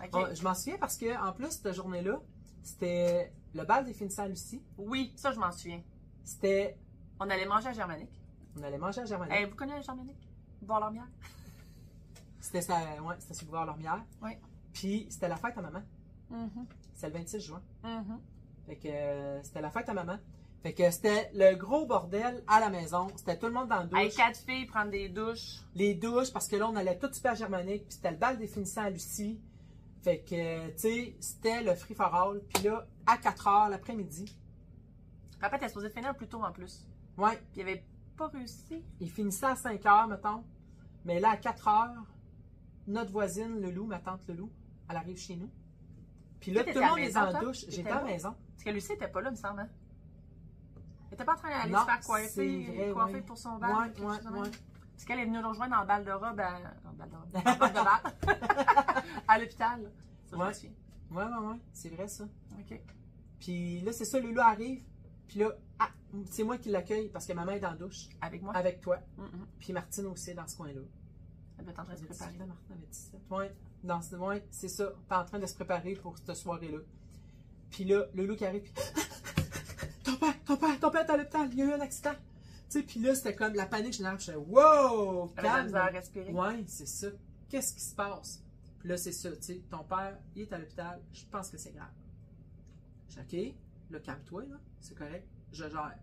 [SPEAKER 2] OK.
[SPEAKER 1] Bon, Ah, je m'en souviens parce que, en plus, cette journée-là, c'était le bal des finissants à Lucie.
[SPEAKER 2] Oui, ça, je m'en souviens.
[SPEAKER 1] C'était.
[SPEAKER 2] On allait manger à Germanique.
[SPEAKER 1] On allait manger à Germanique.
[SPEAKER 2] Hey, vous connaissez la Germanique? Boire leur miel?
[SPEAKER 1] C'était ça, ouais, c'était sur Boulevard Lormière.
[SPEAKER 2] Ouais.
[SPEAKER 1] Puis, c'était la fête à maman.
[SPEAKER 2] Mhm.
[SPEAKER 1] C'était le 26 juin.
[SPEAKER 2] Mhm.
[SPEAKER 1] Fait que euh, c'était la fête à maman. Fait que c'était le gros bordel à la maison. C'était tout le monde dans la douche.
[SPEAKER 2] Hey, quatre filles prendre des douches.
[SPEAKER 1] les douches, parce que là, on allait tout super germanique, puis c'était le bal définissant à Lucie. Fait que, euh, tu sais, c'était le free for all. Puis là, à 4 h l'après-midi,
[SPEAKER 2] Papa était supposé finir plus tôt en plus.
[SPEAKER 1] ouais,
[SPEAKER 2] Puis il avait pas réussi.
[SPEAKER 1] il finissait à 5 h mettons. Mais là, à 4 h notre voisine, le loup, ma tante le loup, elle arrive chez nous. Puis là,
[SPEAKER 2] Toi,
[SPEAKER 1] tout le
[SPEAKER 2] t'étais
[SPEAKER 1] monde
[SPEAKER 2] à la
[SPEAKER 1] est
[SPEAKER 2] maison,
[SPEAKER 1] en
[SPEAKER 2] toi?
[SPEAKER 1] douche.
[SPEAKER 2] T'étais
[SPEAKER 1] J'étais à la
[SPEAKER 2] là?
[SPEAKER 1] maison.
[SPEAKER 2] Parce que Lucie était pas là, il me semble. Hein? Elle était pas en train d'aller
[SPEAKER 1] Non,
[SPEAKER 2] se faire
[SPEAKER 1] c'est
[SPEAKER 2] coiffer,
[SPEAKER 1] vrai,
[SPEAKER 2] coiffer
[SPEAKER 1] ouais.
[SPEAKER 2] pour son
[SPEAKER 1] Ouais,
[SPEAKER 2] bal.
[SPEAKER 1] ouais,
[SPEAKER 2] quelque chose de même.
[SPEAKER 1] ouais.
[SPEAKER 2] Parce qu'elle est venue nous rejoindre en balle de robe à, en balle de robe, en balle de balle. à l'hôpital. Ça, je me
[SPEAKER 1] Ouais.
[SPEAKER 2] souviens.
[SPEAKER 1] Ouais, ouais, ouais. C'est vrai, ça.
[SPEAKER 2] OK.
[SPEAKER 1] Puis là, c'est ça, le loup arrive. Puis là, ah, c'est moi qui l'accueille parce que maman est dans la douche
[SPEAKER 2] Avec moi.
[SPEAKER 1] avec toi.
[SPEAKER 2] Mm, mm.
[SPEAKER 1] Puis Martine aussi est dans ce coin-là.
[SPEAKER 2] Elle doit être en train de se préparer.
[SPEAKER 1] Martin avait 17. Ouais, dans ce- ouais, c'est ça. T'es en train de se préparer pour cette soirée-là. Puis là, le loup qui arrive, puis ton père, ton père, ton père est à l'hôpital, il y a eu un accident. Tu sais, puis là, c'était comme la panique générale. Je wow,
[SPEAKER 2] Elle avait de la
[SPEAKER 1] calme.
[SPEAKER 2] misère à respirer.
[SPEAKER 1] Ouais, c'est ça. Qu'est-ce qui se passe? Puis là, c'est ça, tu sais, ton père, il est à l'hôpital, je pense que c'est grave. Je dis, OK, là, calme-toi, là, c'est correct, je gère.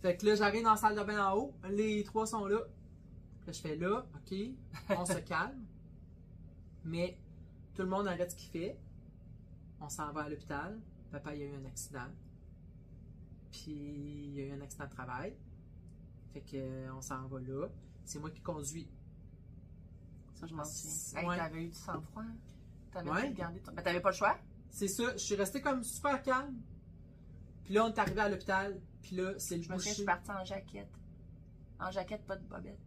[SPEAKER 1] fait que là, j'arrive dans la salle de bain en haut, les trois sont là. Puis là, je fais là, OK, on se calme, mais tout le monde arrête ce qu'il fait. On s'en va à l'hôpital. Papa, il y a eu un accident. Puis, il y a eu un accident de travail. Fait que, euh, on s'en va là. C'est moi qui conduis.
[SPEAKER 2] Ça, je m'en souviens. Hey,
[SPEAKER 1] Ouais.
[SPEAKER 2] T'avais eu du sang-froid. hein? T'avais
[SPEAKER 1] Ouais.
[SPEAKER 2] pu garder ton- Ben, t'avais pas le choix.
[SPEAKER 1] C'est ça, je suis restée comme super calme. Puis là, on est arrivé à l'hôpital. Puis là, c'est le
[SPEAKER 2] Je me souviens, je
[SPEAKER 1] boucher.
[SPEAKER 2] suis partie en jaquette. En jaquette, pas de bobette.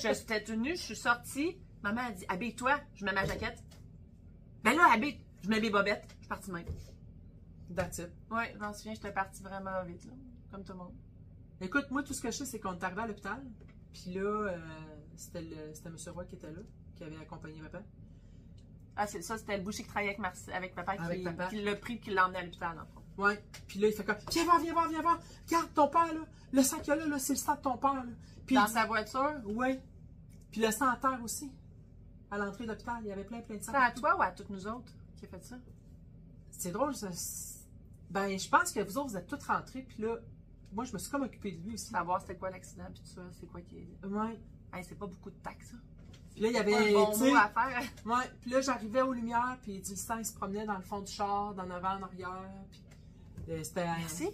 [SPEAKER 2] je suis tout nue, je suis sortie. Maman a dit Habille-toi, je mets ma jaquette. Ben là, habille, je mets mes bobettes. Je suis partie même.
[SPEAKER 1] That's it.
[SPEAKER 2] Ouais, je m'en souviens, j'étais partie vraiment vite, là. Comme tout le monde.
[SPEAKER 1] Écoute, moi, tout ce que je sais, c'est qu'on est arrivé à l'hôpital. Puis là, euh, c'était, le, c'était M. Roy qui était là, qui avait accompagné papa.
[SPEAKER 2] Ah, c'est ça, c'était le boucher qui travaillait avec, Marce- avec papa qui,
[SPEAKER 1] Avec papa.
[SPEAKER 2] qui l'a pris, qui l'a emmené à l'hôpital, dans le fond.
[SPEAKER 1] Ouais. Puis là, il fait comme Viens voir, viens voir, viens voir. Regarde ton père, là. Le sang qu'il y a là, là, c'est le sang de ton père, là. Puis
[SPEAKER 2] Dans
[SPEAKER 1] il dit-
[SPEAKER 2] sa voiture.
[SPEAKER 1] Ouais. Puis le sang à terre aussi. À l'entrée de l'hôpital, il y avait plein, plein de sang.
[SPEAKER 2] C'est à toi ou à toutes nous autres qui a fait ça?
[SPEAKER 1] C'est drôle, ça. c'est- Ben, je pense que vous autres, vous êtes tous rentrés, puis là, moi, je me suis comme occupée de lui aussi.
[SPEAKER 2] Savoir c'était quoi l'accident, puis tout ça, c'est quoi qui est.
[SPEAKER 1] Ouais.
[SPEAKER 2] Hey, c'est pas beaucoup de taxes, ça.
[SPEAKER 1] Puis là, il y
[SPEAKER 2] Pas
[SPEAKER 1] avait.
[SPEAKER 2] un bon
[SPEAKER 1] tu sais,
[SPEAKER 2] mot à faire.
[SPEAKER 1] ouais. Puis là, j'arrivais aux lumières, puis du
[SPEAKER 2] Ben,
[SPEAKER 1] sang, il se promenait dans le fond du char, dans l'avant, en arrière. Puis euh, c'était.
[SPEAKER 2] Merci.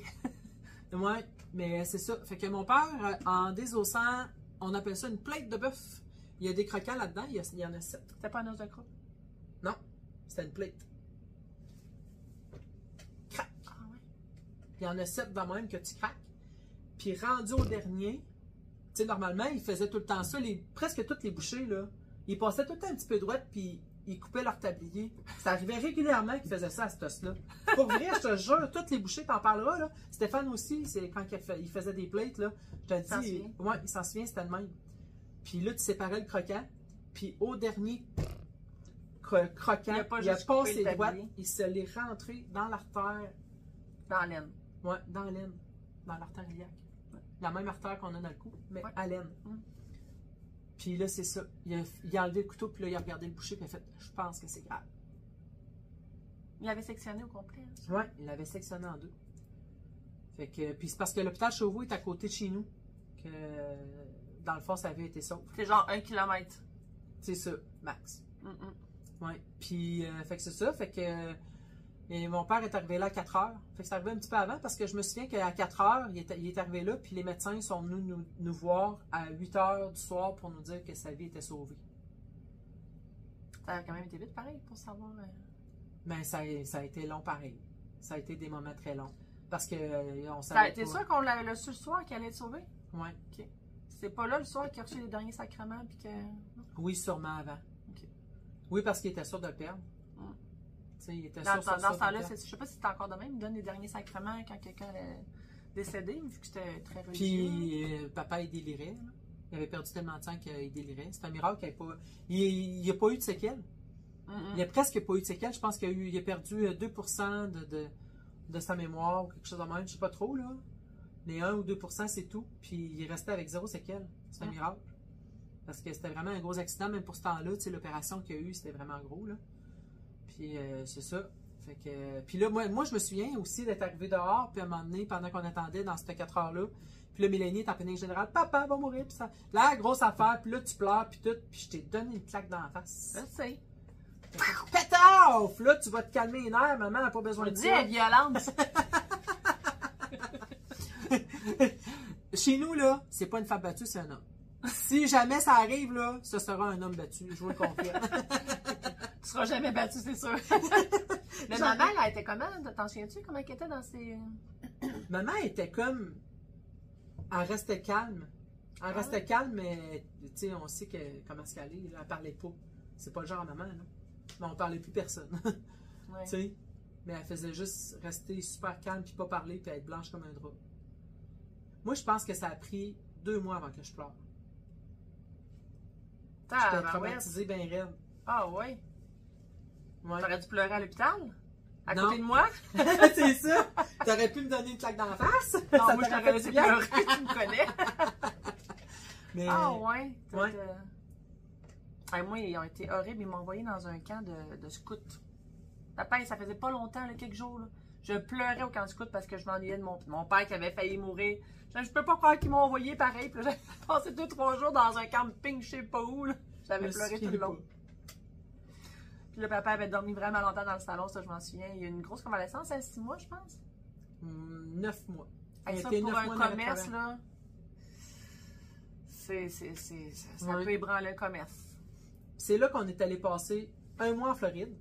[SPEAKER 1] Ouais, mais euh, c'est ça. Fait que mon père, euh, en désossant, on appelle ça une plainte de bœuf. Il y a des croquants là-dedans, il y, a- il y en a sept.
[SPEAKER 2] C'était pas un os de croc.
[SPEAKER 1] Non, c'était une plainte.
[SPEAKER 2] Ah ouais.
[SPEAKER 1] Il y en a sept dans même que tu craques. Puis rendu au dernier, tu sais, normalement, il faisait tout le temps ça, les, presque toutes les bouchées, là. Ils passaient tout le temps un petit peu droite, puis ils coupaient leur tablier. Ça arrivait régulièrement qu'ils faisaient ça à cette os-là. Pour vrai, je te jure, toutes les bouchées, t'en parleras, là. Stéphane aussi, c'est quand il, fa- il faisait des plates, là. Je
[SPEAKER 2] s'en
[SPEAKER 1] te dis,
[SPEAKER 2] souvient.
[SPEAKER 1] ouais, il s'en souvient, c'était le même. Puis là, tu séparais le croquant, puis au dernier cro- croquant,
[SPEAKER 2] Il a pas
[SPEAKER 1] il a
[SPEAKER 2] juste coupé
[SPEAKER 1] pas
[SPEAKER 2] le
[SPEAKER 1] ses droites,
[SPEAKER 2] tablier.
[SPEAKER 1] il se l'est rentré dans l'artère
[SPEAKER 2] Dans l'aine.
[SPEAKER 1] Ouais, dans l'aine, dans l'artère iliaque. La même artère qu'on a dans le cou, mais
[SPEAKER 2] Ouais.
[SPEAKER 1] à l'aine.
[SPEAKER 2] Mm.
[SPEAKER 1] Puis là, c'est ça. Il a, il a enlevé le couteau, puis là, il a regardé le boucher, puis il a fait Je pense que c'est grave.
[SPEAKER 2] Il avait sectionné au complet. hein.
[SPEAKER 1] Ouais, il l'avait sectionné en deux. Fait que, puis c'est parce que l'hôpital Chauveau est à côté de chez nous que, dans le fond, ça avait été sauf.
[SPEAKER 2] C'est genre un kilomètre.
[SPEAKER 1] C'est ça, max.
[SPEAKER 2] Hum, hum.
[SPEAKER 1] Ouais. Puis, euh, fait que c'est ça. Fait que. euh, et mon père est arrivé là à 4 heures. Fait que c'est arrivé un petit peu avant parce que je me souviens qu'à 4 heures, il est, il est arrivé là, puis les médecins sont venus nous, nous voir à 8 heures du soir pour nous dire que sa vie était sauvée.
[SPEAKER 2] Ça a quand même été vite pareil pour savoir. euh,
[SPEAKER 1] Mais ça, a- ça a été long pareil. Ça a été des moments très longs. Parce que euh, on
[SPEAKER 2] Ça-
[SPEAKER 1] savait.
[SPEAKER 2] T'es
[SPEAKER 1] pas.
[SPEAKER 2] sûr qu'on l'avait le su le soir qu'il allait être sauvé?
[SPEAKER 1] Ouais.
[SPEAKER 2] C'est pas là le soir qu'il a reçu les derniers sacrements puis que.
[SPEAKER 1] Oui, sûrement avant.
[SPEAKER 2] Ok.
[SPEAKER 1] Oui, parce qu'il était sûr de le perdre.
[SPEAKER 2] Mm.
[SPEAKER 1] Tu sais, il était
[SPEAKER 2] Dans,
[SPEAKER 1] sûr, sûr,
[SPEAKER 2] dans
[SPEAKER 1] sûr
[SPEAKER 2] ce
[SPEAKER 1] de le
[SPEAKER 2] temps-là,
[SPEAKER 1] perdre.
[SPEAKER 2] c'est- je sais pas si c'était encore de même, il donne les derniers sacrements quand quelqu'un est décédé, vu que c'était très religieux.
[SPEAKER 1] Puis euh, papa, il délirait. là. Il avait perdu tellement de temps qu'il délirait. C'est un miracle qu'il n'ait pas. Il n'a pas eu de séquelles.
[SPEAKER 2] Hum, hum.
[SPEAKER 1] Il n'a presque pas eu de séquelles. Je pense qu'il a, eu- il a perdu euh, 2% de, de, de sa mémoire ou quelque chose de même. Je sais pas trop, là. Mais 1 ou 2%, c'est tout. Puis il est resté avec zéro séquelles. C'est un
[SPEAKER 2] Ah.
[SPEAKER 1] miracle. Parce que c'était vraiment un gros accident, même pour ce temps-là. Tu sais, l'opération qu'il y a eu, c'était vraiment gros, là. Puis euh, c'est ça. Fait que, euh, puis là, moi, moi, je me souviens aussi d'être arrivé dehors, puis à un moment donné, pendant qu'on attendait dans cette 4 heures-là, puis là, Mélanie est en panique générale, papa va mourir, puis ça. Là, grosse affaire, puis là, tu pleures, puis tout, puis je t'ai donné une claque dans la face.
[SPEAKER 2] Je le sais.
[SPEAKER 1] Pète off! Là, tu vas te calmer les nerfs, maman n'a pas
[SPEAKER 2] Je
[SPEAKER 1] besoin
[SPEAKER 2] le
[SPEAKER 1] de
[SPEAKER 2] dis,
[SPEAKER 1] ça.
[SPEAKER 2] elle est violente.
[SPEAKER 1] Chez nous, là, c'est pas une femme battue, c'est un homme. Si jamais ça arrive, là, ce sera un homme battu, je vous le confirme.
[SPEAKER 2] tu seras jamais battue, c'est sûr. Mais
[SPEAKER 1] Genre-
[SPEAKER 2] maman, elle était comment? T'en souviens-tu comment elle était dans ses. euh,
[SPEAKER 1] maman était comme. Elle restait calme. Elle
[SPEAKER 2] Ah.
[SPEAKER 1] restait calme, mais, tu sais, on sait que, comment ce qu'elle est, là, elle parlait pas. C'est pas le genre à maman, là. Mais on parlait plus personne,
[SPEAKER 2] Ouais.
[SPEAKER 1] tu sais. Mais elle faisait juste rester super calme, puis pas parler, puis être blanche comme un drap. Moi, je pense que ça a pris deux mois avant que je pleure. J'étais
[SPEAKER 2] Ah ouais.
[SPEAKER 1] traumatisée bien raide.
[SPEAKER 2] Ah ouais.
[SPEAKER 1] Ouais.
[SPEAKER 2] T'aurais dû pleurer à l'hôpital? À
[SPEAKER 1] Non.
[SPEAKER 2] côté de moi?
[SPEAKER 1] Ah, c'est ça. T'aurais pu me donner une claque dans la face.
[SPEAKER 2] Non,
[SPEAKER 1] Ça
[SPEAKER 2] Ah, moi, je
[SPEAKER 1] t'aurait
[SPEAKER 2] t'aurais
[SPEAKER 1] fait
[SPEAKER 2] laissé
[SPEAKER 1] du bien.
[SPEAKER 2] pleurer, tu me connais.
[SPEAKER 1] Mais
[SPEAKER 2] Ah ouais?
[SPEAKER 1] Ouais.
[SPEAKER 2] Euh, ah, moi, ils ont été horribles. Ils m'ont envoyé dans un camp de, de scouts. La paix, ça faisait pas longtemps, là, quelques jours. là. Je pleurais au camp de scouts parce que je m'ennuyais de mon, mon père qui avait failli mourir. Je, je peux pas croire qu'ils m'ont envoyé pareil. Puis là, j'ai passé deux, trois jours dans un camping, je sais pas où. là.
[SPEAKER 1] je
[SPEAKER 2] J'avais
[SPEAKER 1] me
[SPEAKER 2] pleuré tout
[SPEAKER 1] souviens
[SPEAKER 2] le long.
[SPEAKER 1] pas.
[SPEAKER 2] Puis le papa avait dormi vraiment longtemps dans le salon, ça, je m'en souviens. Il y a eu une grosse convalescence à six mois, je pense.
[SPEAKER 1] Hum, Neuf mois.
[SPEAKER 2] Hey,
[SPEAKER 1] Il
[SPEAKER 2] ça,
[SPEAKER 1] était
[SPEAKER 2] pour
[SPEAKER 1] neuf
[SPEAKER 2] un
[SPEAKER 1] mois dans le
[SPEAKER 2] commerce,
[SPEAKER 1] travail.
[SPEAKER 2] là, c'est, c'est, c'est, ça, ça
[SPEAKER 1] Ouais.
[SPEAKER 2] peut ébranler un commerce.
[SPEAKER 1] C'est là qu'on est allé passer un mois en Floride.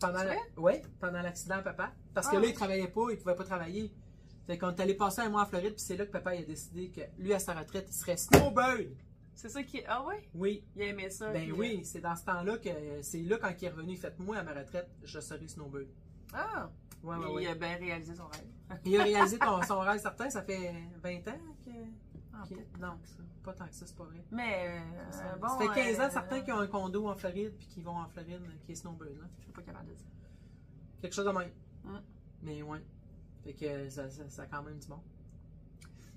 [SPEAKER 1] Pendant
[SPEAKER 2] C'est
[SPEAKER 1] la- ouais, pendant l'accident à papa. Parce que
[SPEAKER 2] Ah,
[SPEAKER 1] là,
[SPEAKER 2] ouais.
[SPEAKER 1] il travaillait pas, il pouvait pas travailler. Fait qu'on est allé passer un mois en Floride, puis c'est là que papa il a décidé que lui, à sa retraite, il serait snowbird.
[SPEAKER 2] C'est ça qui est. Ah ouais?
[SPEAKER 1] Oui.
[SPEAKER 2] Il a aimé ça.
[SPEAKER 1] Ben
[SPEAKER 2] puis,
[SPEAKER 1] oui, c'est dans ce temps-là que c'est là quand il est revenu, faites-moi à ma retraite, je serai snowbird.
[SPEAKER 2] euh, Ah!
[SPEAKER 1] Ouais, ouais,
[SPEAKER 2] il
[SPEAKER 1] ouais.
[SPEAKER 2] a bien réalisé son rêve.
[SPEAKER 1] Il a réalisé ton- son rêve certain, ça fait 20 ans que.
[SPEAKER 2] Ah,
[SPEAKER 1] Ok,
[SPEAKER 2] peut-être
[SPEAKER 1] Non,
[SPEAKER 2] que ça.
[SPEAKER 1] pas tant que ça, c'est pas vrai.
[SPEAKER 2] Mais euh,
[SPEAKER 1] Ça,
[SPEAKER 2] bon.
[SPEAKER 1] ça fait 15
[SPEAKER 2] euh,
[SPEAKER 1] ans, certains qui ont un condo en Floride puis qui vont en Floride, euh, qui est snowbird. là.
[SPEAKER 2] Je suis pas capable de dire.
[SPEAKER 1] Quelque chose de même.
[SPEAKER 2] Mm.
[SPEAKER 1] Mais ouais. Fait que euh, ça, ça, ça a quand même du bon.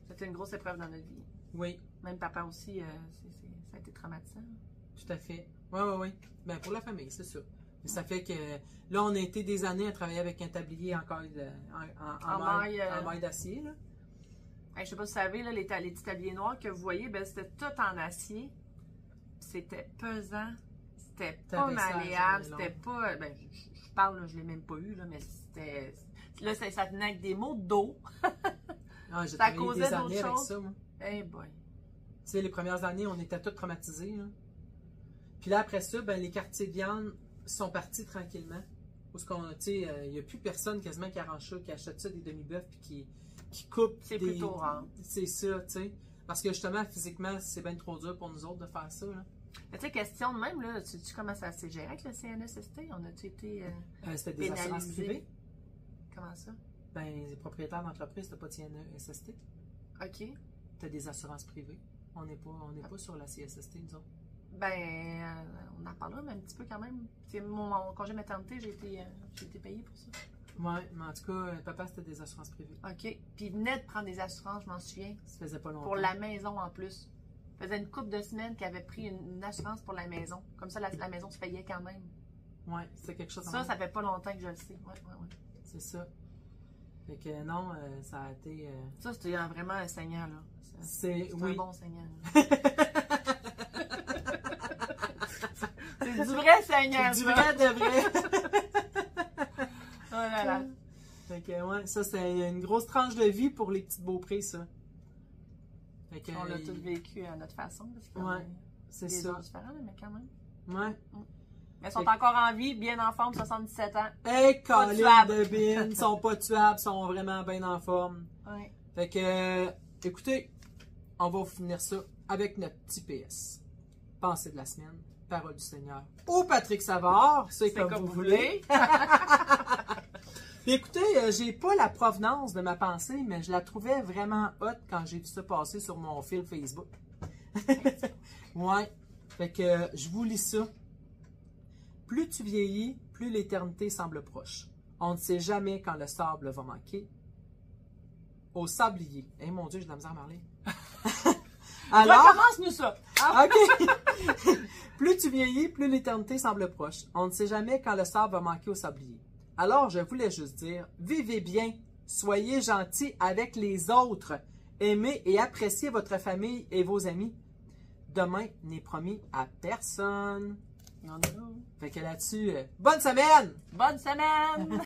[SPEAKER 2] C'était une grosse épreuve dans notre vie.
[SPEAKER 1] Oui,
[SPEAKER 2] Même papa aussi, euh, c'est- c'est- ça a été traumatisant.
[SPEAKER 1] tout à fait. Oui, oui, oui. Ben, pour la famille, c'est sûr. Mais ça fait que là, on a été des années à travailler avec un tablier encore de- en, en, en
[SPEAKER 2] En
[SPEAKER 1] maille,
[SPEAKER 2] maille, euh,
[SPEAKER 1] en maille d'acier. là.
[SPEAKER 2] Hey, je sais pas si vous savez, là, les, ta- les petits tabliers noirs que vous voyez, ben, c'était tout en acier. C'était pesant. C'était pas
[SPEAKER 1] T'avais ça,
[SPEAKER 2] malléable. euh,
[SPEAKER 1] j'en ai
[SPEAKER 2] C'était pas. Ben, je, je- je parle, là, je l'ai même pas eu, là, mais c'était. Là, ça, ça tenait avec des mots d'eau.
[SPEAKER 1] Ah, j'ai
[SPEAKER 2] Ça
[SPEAKER 1] travaillé des
[SPEAKER 2] causait d'autres
[SPEAKER 1] années avec
[SPEAKER 2] choses.
[SPEAKER 1] ça, moi.
[SPEAKER 2] Eh boy.
[SPEAKER 1] Tu sais, les premières années, on était tous traumatisés. là. Puis là, après ça, ben, les quartiers de Yann sont partis tranquillement. Parce qu'on, tu sais, euh, il n'y a plus personne quasiment qui arrange ça, qui achète ça des demi-bœufs puis qui, qui coupe.
[SPEAKER 2] C'est
[SPEAKER 1] des-
[SPEAKER 2] plutôt rare.
[SPEAKER 1] C'est ça, tu sais. Parce que justement, physiquement, c'est bien trop dur pour nous autres de faire ça. là.
[SPEAKER 2] Mais tu sais, question de même, là, tu, tu comment ça s'est géré avec le CNSST? On a-tu été. euh,
[SPEAKER 1] Euh, c'était des
[SPEAKER 2] Pénalisé.
[SPEAKER 1] assurances privées.
[SPEAKER 2] comment ça?
[SPEAKER 1] Ben, les propriétaires d'entreprise, t'as pas de E CNSST.
[SPEAKER 2] OK.
[SPEAKER 1] T'as des assurances privées. On n'est pas, on n'est pas sur la CSST, nous autres.
[SPEAKER 2] Ben, euh, on en reparlera, mais un petit peu quand même. Tu sais, Mon, mon congé maternité, j'ai été, euh, j'ai été payée pour ça.
[SPEAKER 1] Ouais, mais en tout cas, euh, papa, c'était des assurances privées.
[SPEAKER 2] OK. Puis il venait de prendre des assurances, je m'en souviens,
[SPEAKER 1] Ça faisait pas longtemps.
[SPEAKER 2] pour la maison en plus. Il faisait une couple de semaines qu'il avait pris une, une assurance pour la maison. Comme ça, la, la maison se payait quand même.
[SPEAKER 1] Ouais, c'était quelque chose en
[SPEAKER 2] Ça, ça fait pas longtemps que je le sais. Ouais, ouais, ouais.
[SPEAKER 1] C'est ça. Fait que non, euh, ça a été. euh,
[SPEAKER 2] Ça, c'était un- vraiment un seigneur, là. C'est-
[SPEAKER 1] c'est.
[SPEAKER 2] C'est
[SPEAKER 1] Oui.
[SPEAKER 2] un bon seigneur. C'est du vrai seigneur.
[SPEAKER 1] Du vrai, de vrai.
[SPEAKER 2] Oh là là.
[SPEAKER 1] fait que, ouais, ça, c'est une grosse tranche de vie pour les petites beauprés, ça. Fait que.
[SPEAKER 2] On l'a
[SPEAKER 1] euh,
[SPEAKER 2] tous vécu à notre façon, parce que
[SPEAKER 1] Ouais,
[SPEAKER 2] c'est
[SPEAKER 1] C'est
[SPEAKER 2] des
[SPEAKER 1] ça.
[SPEAKER 2] âges différents, là, mais quand même.
[SPEAKER 1] Ouais.
[SPEAKER 2] Mais elles sont encore en vie, bien en forme, 77 ans.
[SPEAKER 1] Hey,
[SPEAKER 2] Pas
[SPEAKER 1] Colin
[SPEAKER 2] tuables.
[SPEAKER 1] de Bin, sont pas tuables, sont vraiment bien en forme.
[SPEAKER 2] Ouais.
[SPEAKER 1] Fait que, euh, écoutez, on va finir ça avec notre petit PS. Pensée de la semaine, parole du Seigneur. Ou Patrick Savard, c'est comme, vous voulez. Puis Écoutez, euh, j'ai pas la provenance de ma pensée, mais je la trouvais vraiment hot quand j'ai vu ça passer sur mon fil Facebook. ouais. Fait que euh, je vous lis ça. Plus tu vieillis, plus l'éternité semble proche. On ne sait jamais quand le sable va manquer. Au sablier. Eh mon Dieu, j'ai de la misère à parler. Alors,
[SPEAKER 2] Recommence-nous ça.
[SPEAKER 1] OK. plus tu vieillis, plus l'éternité semble proche. On ne sait jamais quand le sable va manquer au sablier. Alors, je voulais juste dire, vivez bien, soyez gentils avec les autres, aimez et appréciez votre famille et vos amis. Demain n'est promis à personne.
[SPEAKER 2] Il y en a où?
[SPEAKER 1] Fait que là-dessus, euh, bonne semaine!
[SPEAKER 2] Bonne semaine!